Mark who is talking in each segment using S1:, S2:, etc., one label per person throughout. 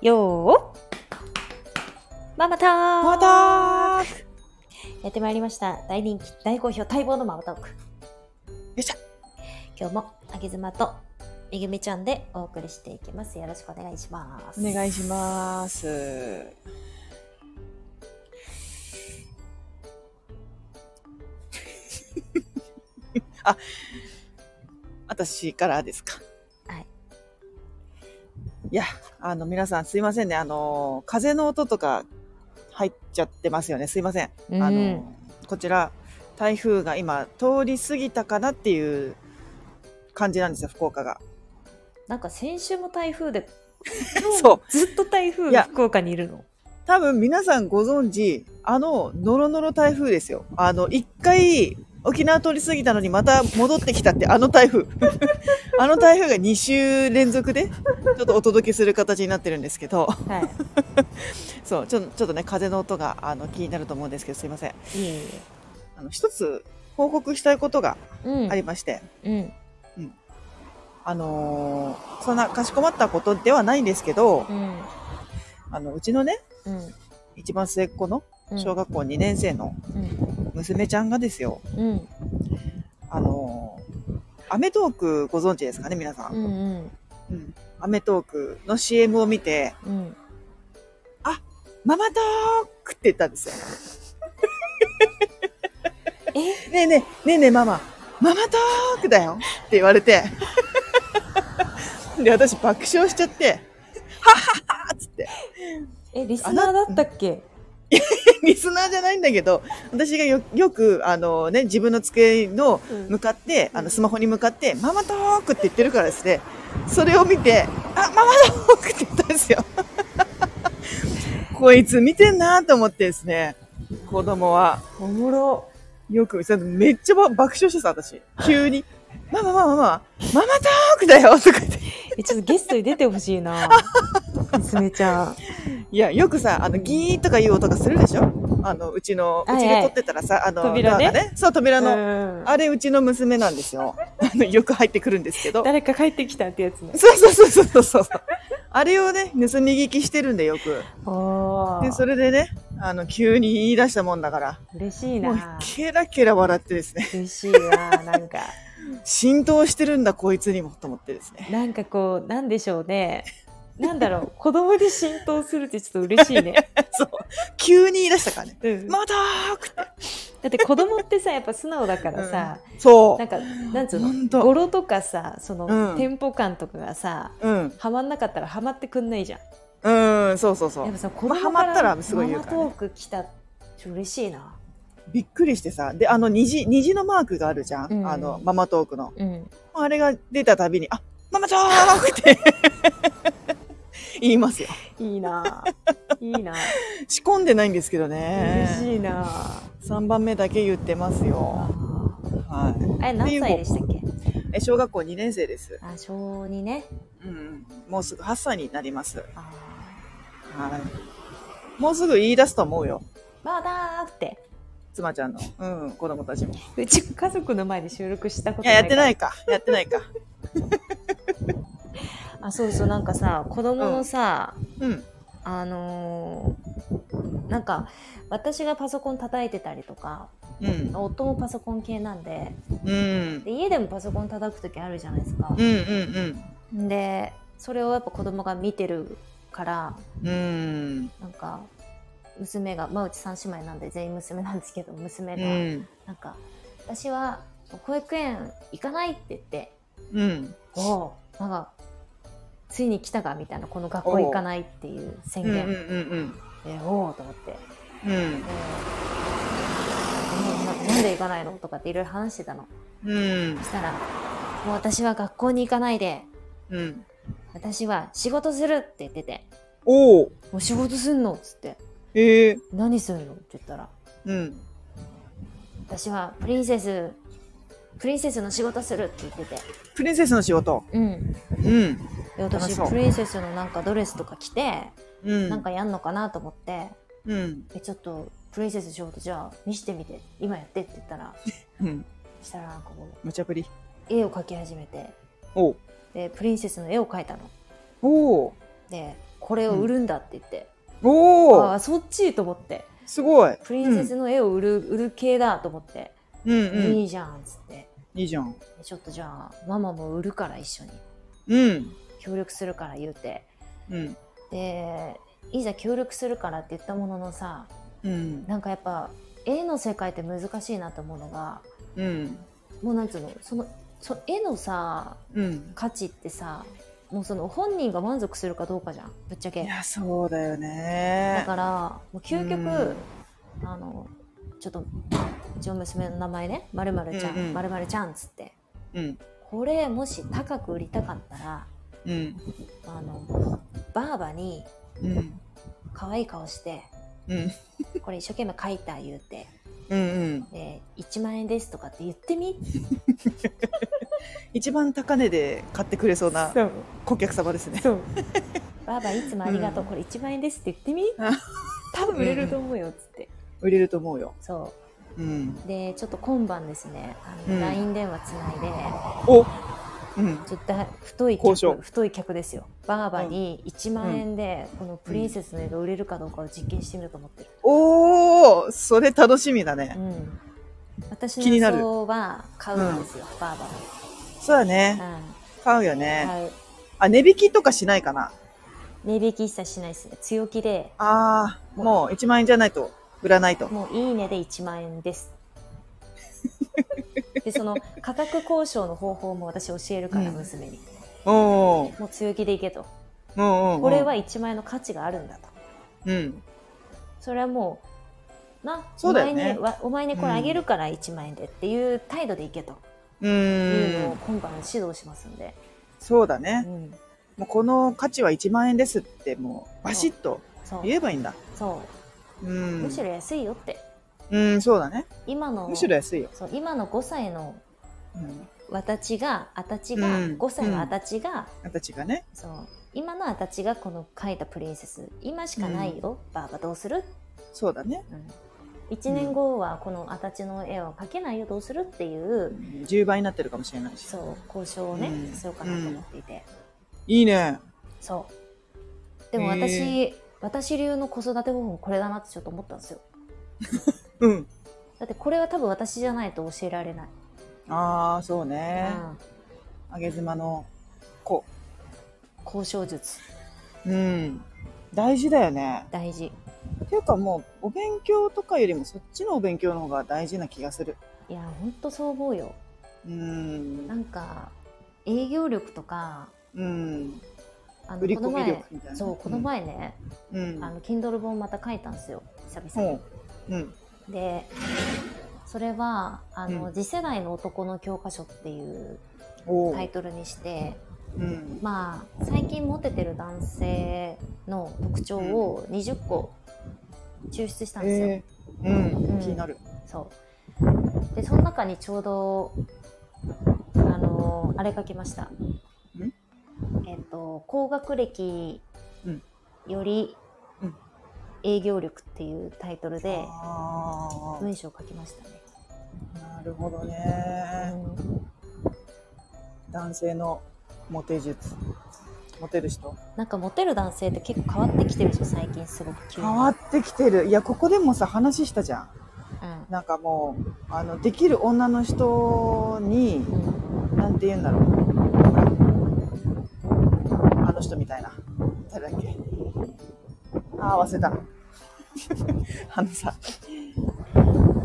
S1: よーママター
S2: またー
S1: やってまいりました。大人気、大好評、待望のママトーク。
S2: いしょ
S1: 今日も、あげずまと、めぐみちゃんでお送りしていきます。よろしくお願いします。
S2: お願いします。 あ、私からですか。
S1: はい。
S2: いや、あの、皆さんすいませんね。あの、風の音とか入っちゃってますよね。すいません。
S1: うん
S2: あのこちら台風が今通り過ぎたかなっていう感じなんですよ福岡が。
S1: なんか先週も台風で、
S2: そう
S1: う。ずっと台風
S2: いや
S1: が福岡にいるの。
S2: 多分皆さんご存知あのノロノロ台風ですよ。あの一回沖縄通り過ぎたのにまた戻ってきたってあの台風 あの台風が2週連続でちょっとお届けする形になってるんですけど
S1: は
S2: そうちょちょっとね風の音があの気になると思うんですけどすいません
S1: い。いえい
S2: あの一つ報告したいことが
S1: え。うん。
S2: ありまして、
S1: うん。
S2: あのーそんなかしこまったことではないんですけど
S1: うん。
S2: あのうちのね
S1: うん。
S2: 一番末っ子の
S1: うん
S2: 小学校2年生の
S1: うん。
S2: 娘ちゃんがですよ、
S1: うん。
S2: あのーアメトークご存知ですかね皆さ、
S1: うんん。
S2: うんアメトークの CM を見て
S1: うん。
S2: 「ママトーク!」って言ったんですよ
S1: え
S2: 「ねえねえねえねえママママトークだよ!」って言われてで私爆笑しちゃって「はっはっは!」っつって
S1: え、リスナーだったっけ
S2: リスナーじゃないんだけど私がよよくあの、ね、自分の机の
S1: うん
S2: 向かって、
S1: うん
S2: あのスマホに向かって「ママトーク」って言ってるからですねそれを見て「あママトーク」って言ったんで すよこいつ見てんなと思ってですね子供は
S1: おもろ。
S2: よくそれめっちゃば爆笑してた私急に「ママママママママトークだよ」とか言って
S1: え、ちょっとゲストに出てほしい な。娘ちゃん。
S2: いやよくさあのギーとかいう音がするでしょあのうちのうち
S1: はいは
S2: で
S1: い
S2: 撮ってたらさあの
S1: 扉ね
S2: ドアがねそう扉の、
S1: うん
S2: あれうちの娘なんですよ。 あのよく入ってくるんですけど。
S1: 誰か帰ってきたってやつね。
S2: そうそうそうそうそうそう。あれをね、盗み聞きしてるんでよく。
S1: お
S2: で、それでね、あの、急に言い出したもんだから、
S1: 嬉しい
S2: もう
S1: な。
S2: ケラケラ笑ってですね、
S1: 嬉しいな。なんか、
S2: 浸透してるんだこいつにもと思ってですね。
S1: なんかこう、なんでしょうね。なんだろう、子供に浸透するってちょっと嬉しい ね。
S2: そう。急に言い出したからね。
S1: うん、だ
S2: またーくって。
S1: って子供ってさ、やっぱ素直だからさ、
S2: そ
S1: なんか、なんつう
S2: ほん
S1: の、
S2: と
S1: 語呂とかさ、その、
S2: うん
S1: テンポ感とかがさ、
S2: う。うん。
S1: ハマんなかったらハマってくんないじゃん。
S2: うん、そうそうそ
S1: やっ
S2: う
S1: ぱ。さ、子
S2: まあ
S1: 供
S2: ハマった
S1: からら
S2: すごい言うからね
S1: ママトーク来た、ちょ嬉しいな。
S2: びっくりしてさ、で、あの、虹、虹のマークがあるじゃん。
S1: うん
S2: あの、ママトークの。
S1: うん。
S2: あれが出たたびに、あ、ママトークって 言いますよ。
S1: いいな。いいな。
S2: 仕込んでないんですけどね。
S1: 嬉しいな。
S2: 3番目だけ言ってますよ。は
S1: あれ何歳でしたっけ
S2: い。え、小学校2年生です。
S1: あ小2ね
S2: うん。もうすぐ8歳になります。
S1: あ
S2: はい。もうすぐ言い出すと思うよ。
S1: ーまだーって
S2: 妻ちゃんの、うん、子供たちも。いう
S1: ち家族の前で収録したこと
S2: や、やってないいか。やって ないか。
S1: あそうそうなんかさ子供のさ、
S2: うん。
S1: あのーなんか私がパソコン叩いてたりとか
S2: うん。
S1: 夫もパソコン系なんで
S2: うん。
S1: で家でもパソコン叩く時あるじゃないですか
S2: うん、う、ん、
S1: でそれをやっぱ子供が見てるから
S2: うん。うん。
S1: なんか娘がまあうち3姉妹なんで全員娘なんですけど娘
S2: う
S1: が、
S2: ん。
S1: なんか私は保育園行かないって言って
S2: うん。
S1: おうなんかついに来たかみたいなこの学校行かないっていう宣
S2: うん。うん。
S1: 言
S2: うん。うん。
S1: でおおと思ってで
S2: うん。
S1: うんなんで行かないのとかっていろいろ話してたの
S2: うん
S1: そ。したら「もう私は学校に行かないで
S2: うん。
S1: 私は仕事する」って言ってて
S2: おお。
S1: 「もう仕事すんの?」っつって
S2: ええ
S1: 「何すんの?」って言ったら
S2: うん。
S1: 「私はプリンセスプリンセスの仕事する」って言ってて
S2: プリンセスの仕事。
S1: うん
S2: うん。
S1: で
S2: 楽し
S1: 私
S2: そう
S1: プリンセスのなんかドレスとか着て
S2: うん。
S1: なんかやんのかなと思って、
S2: うん。
S1: えちょっとプリンセス仕事じゃあ見してみて今やってって言ったら
S2: うん。
S1: したらなんかこ
S2: 無茶ぶり。
S1: う絵を描き始めて
S2: おう
S1: でプリンセスの絵を描いたの
S2: おう
S1: でこれを売るんだって言って、
S2: お
S1: あ
S2: お
S1: あそっちと思って
S2: すごい
S1: プリンセスの絵を売る,、売る系だと思って、
S2: うんうん
S1: いいじゃんっつって
S2: いいじゃん
S1: ちょっとじゃあママも売るから一緒に
S2: うん
S1: 協力するから言うて
S2: うん
S1: でいざ協力するからって言ったもののさ
S2: うん
S1: なんかやっぱ絵の世界って難しいなと思うのが
S2: うん
S1: もうなんつうのそのそ絵のさ
S2: うん
S1: 価値ってさもうその本人が満足するかどうかじゃんぶっちゃ
S2: い
S1: け
S2: やそうだよ
S1: だ
S2: ね
S1: からもう究極、
S2: う
S1: あのちょっと一応娘の名前ね「まるちゃ
S2: うんうん
S1: んまるちゃん」っつって
S2: うん
S1: これもし高く売りたかったら
S2: うん
S1: あのバーバに
S2: うん
S1: 可愛い顔して
S2: うん
S1: これ一生懸命描いた言うて
S2: うんうん
S1: で1万円ですとかって言ってみ
S2: 一番高値で買ってくれそうな
S1: そう
S2: 顧客様ですね
S1: そう バーバいつもありがとう、これ1万円ですって言ってみ
S2: あ
S1: 多分売れると思うよっつって、
S2: 売れると思うよ
S1: そ
S2: うん
S1: うでちょっと今晩ですねあの、
S2: うん
S1: LINE 電話つないで
S2: おうん
S1: ちょっとだ太い
S2: 交渉
S1: 客太い客ですよバーバに1万円でこのプリンセスの絵が売れるかどうかを実験してみようと思ってる、
S2: おおそれ楽しみだ
S1: う
S2: ね
S1: ん私
S2: 気
S1: の
S2: にな
S1: 予
S2: る
S1: 想は買うんですよ、バーバ
S2: そうだね
S1: に、
S2: 買うよ
S1: うん、
S2: ね
S1: 買う
S2: あ値引きとかしないかな
S1: 値引き一切しないですね強気で
S2: ああもう1万円じゃないと売らないと
S1: もう「いいね」で1万円ですでその価格交渉の方法も私教えるから、
S2: うん
S1: 娘に
S2: おー
S1: もう強気でいけと
S2: お
S1: これは1万円の価値があるんだと
S2: うん
S1: それはもうな
S2: そうだよ
S1: お前
S2: ね
S1: にわお前にこれあげるから1万円でっていう態度でいけと
S2: う
S1: いう
S2: ー
S1: のを
S2: ん
S1: 今晩指導しますんで、
S2: そうだ
S1: う
S2: ね
S1: ん、
S2: もうこの価値は1万円ですってもうバシッと
S1: そう
S2: 言えばいいんだ
S1: そうう、
S2: ん
S1: むしろ安いよって
S2: うんそうだね
S1: 今の
S2: むしろ安いよ
S1: そう今の5歳の
S2: うん
S1: 私があたちが、
S2: うん
S1: 5歳のあたちが、
S2: 形がね
S1: そう今の私がこの描いたプリンセス今しかないよ、バーバどうする、
S2: そうだね
S1: うん、1年後はこの私の絵を描けないよどうするっていう
S2: 10倍になってるかもしれないし
S1: そう交渉をね、
S2: うん
S1: しようかなと思っていて、
S2: いいね
S1: そうでも
S2: へ
S1: 私、
S2: ー
S1: 私流の子育て方法これだなってちょっと思ったんですよ
S2: うん
S1: だってこれは多分私じゃないと教えられない、
S2: ああそうね
S1: うん
S2: あげ妻の子
S1: 交渉術
S2: うん大事だよね
S1: 大事
S2: っていうかもうお勉強とかよりもそっちのお勉強の方が大事な気がする
S1: いやほんとそう思うよ
S2: うん
S1: なんか営業力とか
S2: うん
S1: あ
S2: 売り
S1: のこ
S2: 込
S1: の
S2: み
S1: 前
S2: 力みたいな
S1: そうこの前ね、
S2: うん
S1: あの Kindle 本また書いたんですよ久
S2: う
S1: 々に
S2: ん、うん
S1: でそれはあの、
S2: うん
S1: 次世代の男の教科書」っていう
S2: おう
S1: タイトルにして、
S2: うん
S1: まあ最近モテてる男性の特徴を20個抽出したんですよ、
S2: えーうん
S1: うん
S2: 気になる
S1: そうでその中にちょうどあのあれ書きましたえっ、と高学歴
S2: うん
S1: より
S2: うん
S1: 営業力っていうタイトルで
S2: あ
S1: 文章を書きましたね、
S2: あなるほどね
S1: うん
S2: 男性のモテ術モテる人
S1: なんかモテる男性って結構変わってきてるでしょ最近すごく急に
S2: 変わってきてるいやここでもさ話したじゃん
S1: う
S2: なんかもうあのできる女の人に
S1: んうん
S2: なんて言うんだろうあの人みたいな誰だっけああ忘れた あのさ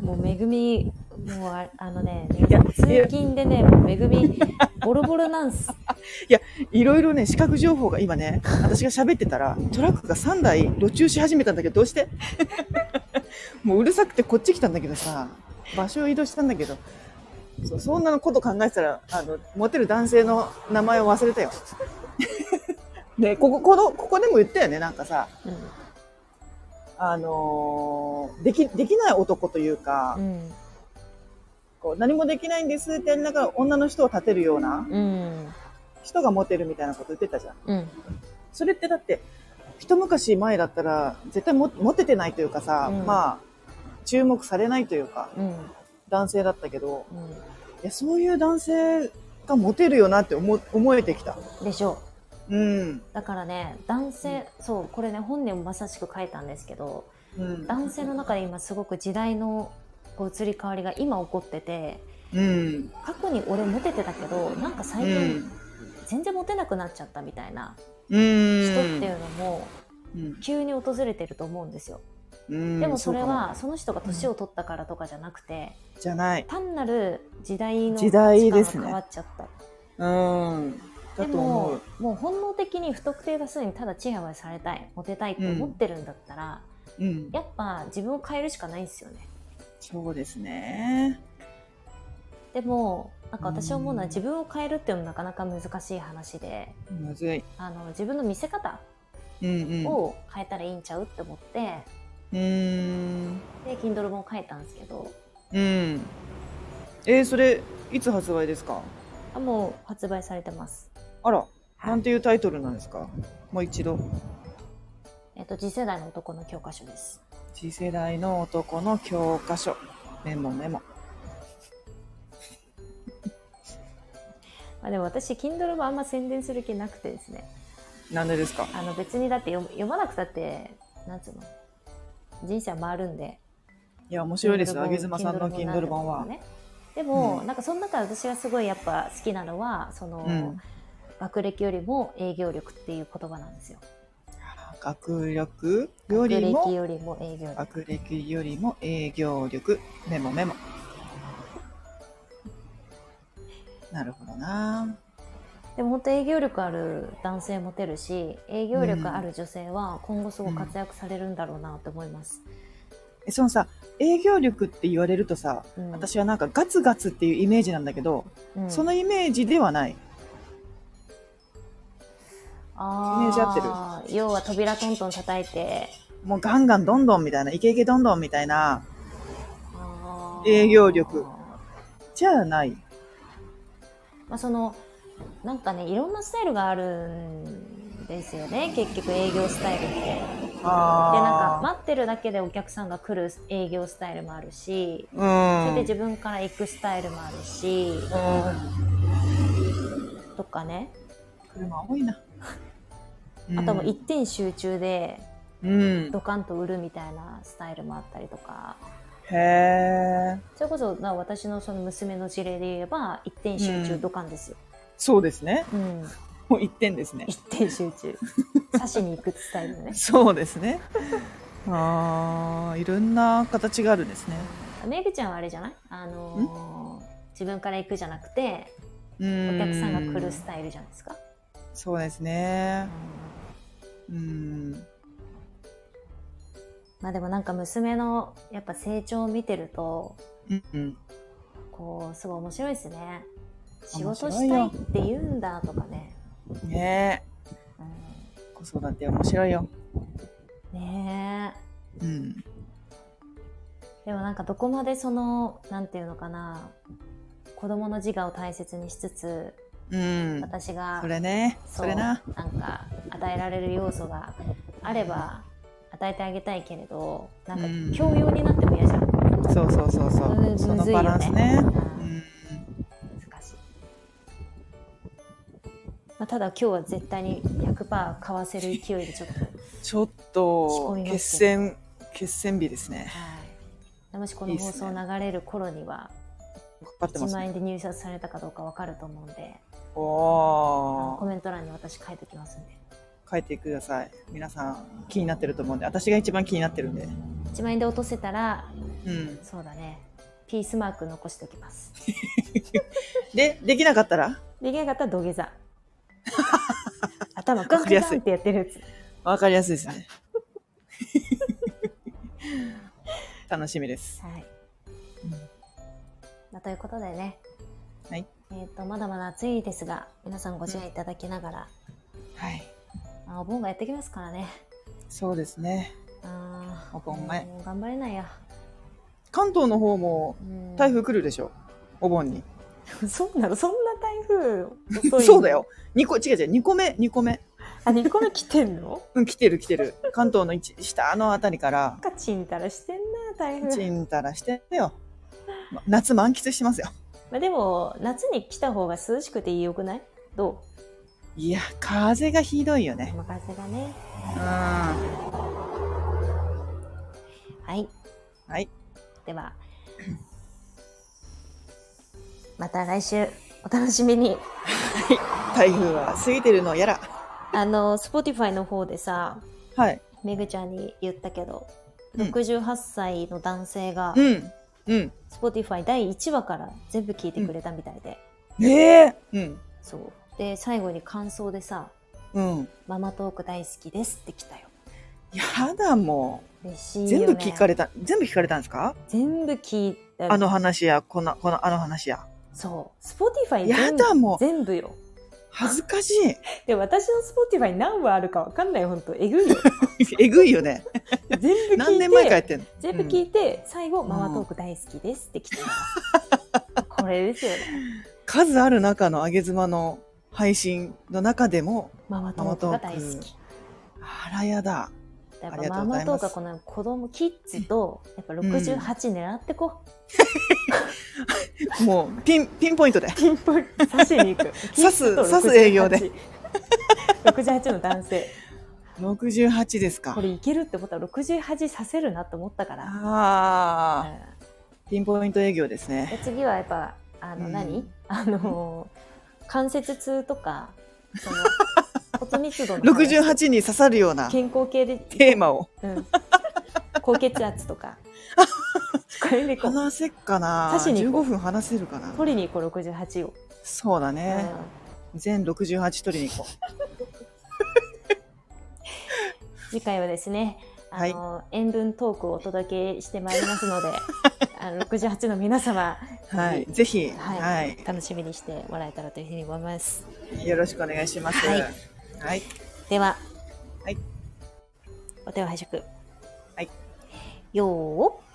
S1: もうめぐみもうああのね
S2: や
S1: 通勤でねもうめぐみボロボロなんす
S2: いろいろね視覚情報が今ね私が喋ってたらトラックが3台路駐し始めたんだけどどうしてもううるさくてこっち来たんだけどさ場所を移動したんだけどそうそんなのこと考えてたらあのモテる男性の名前を忘れたよでこここのここでも言ったよねなんかさ
S1: う
S2: あのーできできない男というか、
S1: ん
S2: こう何もできないんですってやりながら女の人を立てるような
S1: うん
S2: 人がモテるみたいなこと言ってたじゃん
S1: うん
S2: それってだって一昔前だったら絶対もモテてないというかさ、
S1: うん
S2: まあ注目されないというか
S1: うん
S2: 男性だったけど
S1: う
S2: いやそういう男性がモテるよなって思思えてきた、
S1: んでしょ
S2: うん。
S1: だからね男性、そうこれね本人もまさしく書いたんですけど
S2: うん。
S1: 男性の中で今すごく時代のこう移り変わりが今起こってて
S2: うん。
S1: 過去に俺モテてたけどなんか最近全然モテなくなっちゃったみたいな
S2: うん。
S1: 人っていうのも
S2: うん。
S1: 急に訪れてると思うんですよ。
S2: うん。
S1: でもそれ
S2: うか
S1: はその人が年を取ったからとかじゃなくて
S2: も、じゃない。
S1: 単なる時代の
S2: 時代で
S1: 価値
S2: す
S1: 観
S2: ね
S1: が変わっちゃった。
S2: うん。だ
S1: で
S2: と思
S1: も
S2: う。
S1: もう本能的に不特定多数にただチヤホヤされたいモテたいって思ってるんだったら、
S2: うん。
S1: やっぱ自分を変えるしかないんですよね。
S2: そうですね。
S1: でもなんか私は思うのは
S2: うん
S1: 自分を変えるっていうのはなかなか難しい話で
S2: むずい。
S1: あの自分の見せ方
S2: うんうん。
S1: を変えたらいいんちゃうって思って
S2: うん。
S1: で Kindle 本書いたんですけど
S2: うん。えー、それ、いつ発売ですか
S1: あもう発売されてます。
S2: あら、なんていうタイトルなんですかもう一度。
S1: えっと、次世代の男の教科書です。
S2: 次世代の男の教科書。メモメモ。
S1: まあ、でも私 Kindle もあんま宣伝する気なくてですね
S2: なんでですか
S1: あの別にだって読読まなくたってなんつうの人生は回るんで
S2: いや、面白いですよ。あげずまさんの
S1: Kindle
S2: Kindle 版は。
S1: ねでも、
S2: う
S1: なんかその中で私がすごいやっぱ好きなのはその、
S2: うん
S1: 学歴よりも営業力っていう言葉なんですよ。
S2: 学力よ
S1: 学
S2: り
S1: 歴
S2: も、
S1: よりも営業力。
S2: 学歴よりも営業力。メモメモ。なるほどな。
S1: でも本当営業力ある男性モテるし営業力ある女性は今後すごい活躍されるんだろうなと思います。
S2: え、そのさ、営業力って言われるとさ、
S1: うん
S2: 私はなんかガツガツっていうイメージなんだけど、
S1: うん
S2: そのイメージではない。
S1: あ
S2: イメージ合って
S1: る要は扉トントン叩いて
S2: もうガンガンどんどんみたいな、イケイケどんどんみたいな、
S1: あー
S2: 営業力じゃない。
S1: まあそのなんかねいろんなスタイルがあるんですよね結局営業スタイルってでなんか
S2: あ
S1: 待ってるだけでお客さんが来る営業スタイルもあるし
S2: ーな
S1: それ
S2: うん。
S1: で自分から行くスタイルもあるし
S2: うん
S1: とかね
S2: 車多いな。
S1: あとはもう一
S2: い、
S1: 点集中で
S2: うん。
S1: ドカンと売るみたいなスタイルもあったりとか
S2: へえ。
S1: それこそな私のその娘の事例で言えば一点集
S2: う
S1: 中
S2: ん
S1: ドカンですよ、
S2: そうですね。
S1: うん、
S2: もう一点ですね。
S1: 一点集中刺しに行くスタイルね
S2: そうで すね。ああ、いろんな形があるんですね。
S1: めぐちゃんはあれじゃないあのー自分から行くじゃなくてお
S2: うん
S1: 客さんが来るスタイルじゃないですか、
S2: そうです
S1: う
S2: ね
S1: ん。
S2: うん。
S1: まあでもなんか娘のやっぱ成長を見てると
S2: うんうん。
S1: こうすごい面白いですね仕
S2: 面
S1: 事
S2: 白
S1: し
S2: い
S1: たい
S2: よ
S1: って言うんだとかね、
S2: ねえ。子育て面白いよ。
S1: うん、ねえ
S2: うん。
S1: でもなんかどこまでそのなんていうのかな子供の自我を大切にしつつ
S2: うん。
S1: 私が
S2: それね。
S1: そ
S2: そうれな。
S1: なんか与えられる要素があれば与えてあげたいけれどなんか
S2: うん
S1: 強要になっても嫌じゃん、
S2: そうそうそうそうう。
S1: ん
S2: その
S1: むずい
S2: バ
S1: よね
S2: ランスね。
S1: うん
S2: うん。
S1: 難しい、まあ、ただ今日は絶対に100%買わせる勢いでちょっと、はい
S2: ちょっ
S1: 聞ことえます
S2: 決戦決戦日ですね。
S1: もしこの放送
S2: いいっ
S1: 流れる頃には
S2: かかってま
S1: 1
S2: す
S1: 万
S2: ね。
S1: 円で入札されたかどうかわかると思うんであ
S2: お
S1: のコ
S2: お。
S1: メント欄に私書いておきますんで
S2: 書いてください。皆さん気になってると思うんで、私が一番気になってるんで。
S1: 1万円で落とせたら
S2: うん。
S1: そうだねピースマーク残しておきます
S2: でできなかったら
S1: できなかったら土下 座頭ガンガンってやってるやつ
S2: わかりやすいですね。 楽しみです。
S1: はい、
S2: うん
S1: まあ、ということでね、
S2: はい
S1: えー、とまだまだ暑いですが皆さんご自愛いただきながら、
S2: はい。
S1: まあ、お盆がやってきますからね
S2: そうですね。
S1: あー
S2: お盆前
S1: もう頑張れないや
S2: 関東の方も
S1: うん
S2: 台風来るでしょ。お盆に。
S1: そうなのそんな台風遅いの
S2: そうだよ。二個違う違う二個目二個目。
S1: あ2個目来てんの
S2: うん来てる来てる。関東の一下のあたりから
S1: なんかちんたらしてんな台風
S2: ちんたらしてんのよ。ま夏満喫してますよ。
S1: まあ、でも夏に来た方が涼しくて良くないど
S2: いや、風がひどいよね。
S1: 浜風がね。
S2: うん。は
S1: はい。
S2: い。
S1: では、また来週お楽しみに。
S2: 台風は過ぎてるのやら。
S1: あの、Spotify の方でさ、
S2: はい。
S1: めぐちゃんに言ったけど、
S2: うん
S1: 68歳の男性が
S2: うん。うん。
S1: Spotify 第1話から全部聞いてくれたみたいで、
S2: ねえ。うん。
S1: そう。で、最後に感想でさ、
S2: うん。
S1: ママトーク大好きですって来たよ。
S2: やだも。
S1: 嬉しいうよ、ね。
S2: 全部聞かれた、全部聞かれたんですか
S1: 全部聞いた。
S2: あの話や、この、この、あの話や。
S1: そう。Spotify
S2: や
S1: 全部
S2: だもう。
S1: 全部よ。
S2: 恥ずかし
S1: で、私の Spotify 何話あるかわかんない、本当えぐ いよ。
S2: い。えぐいよね。
S1: 全部聞いて。
S2: 何年前からやってんの
S1: 全部聞いて、最後、ママトーク大好きですって来てる。 これですよね。
S2: 数ある中のあげ妻の配信の中でも、
S1: ママトークが大好き。
S2: あらやだ。
S1: やっ
S2: あ
S1: ぱマ
S2: りがとうござ
S1: マ
S2: い
S1: トー
S2: ます
S1: クはこの子供、キッズと、やっぱ68狙ってこう。
S2: もう、ピン、ピンポイントで。
S1: ピンポイント刺しに行く。
S2: 刺す刺す営業で。
S1: 68の男性。
S2: 68ですか
S1: こ。れいけるって思ったら68させるなと思ったから。
S2: ああ、
S1: うん
S2: ピンポイント営業ですね。
S1: で次はやっぱあの
S2: うん
S1: 何、 あのー関節痛とかその骨密 度の話
S2: 68に刺さるような
S1: 健康系で、
S2: テーマを
S1: うん、高血圧とかこれでこう
S2: 話せっかな。
S1: 刺しに行
S2: 15
S1: こう
S2: 分話せるかな。
S1: 取りに行こう68を、
S2: そうだ
S1: うん
S2: ね。全68取りに行こ
S1: 次回はですねあのー、塩分トークをお届けしてまいります のであの68の皆様
S2: う。はい。ぜひ、
S1: はい
S2: はい。
S1: 楽しみにしてもらえたらというふうに思います
S2: よろしくお願いします。
S1: はい
S2: はい。
S1: では、
S2: はい
S1: お手を拝借
S2: はい
S1: よー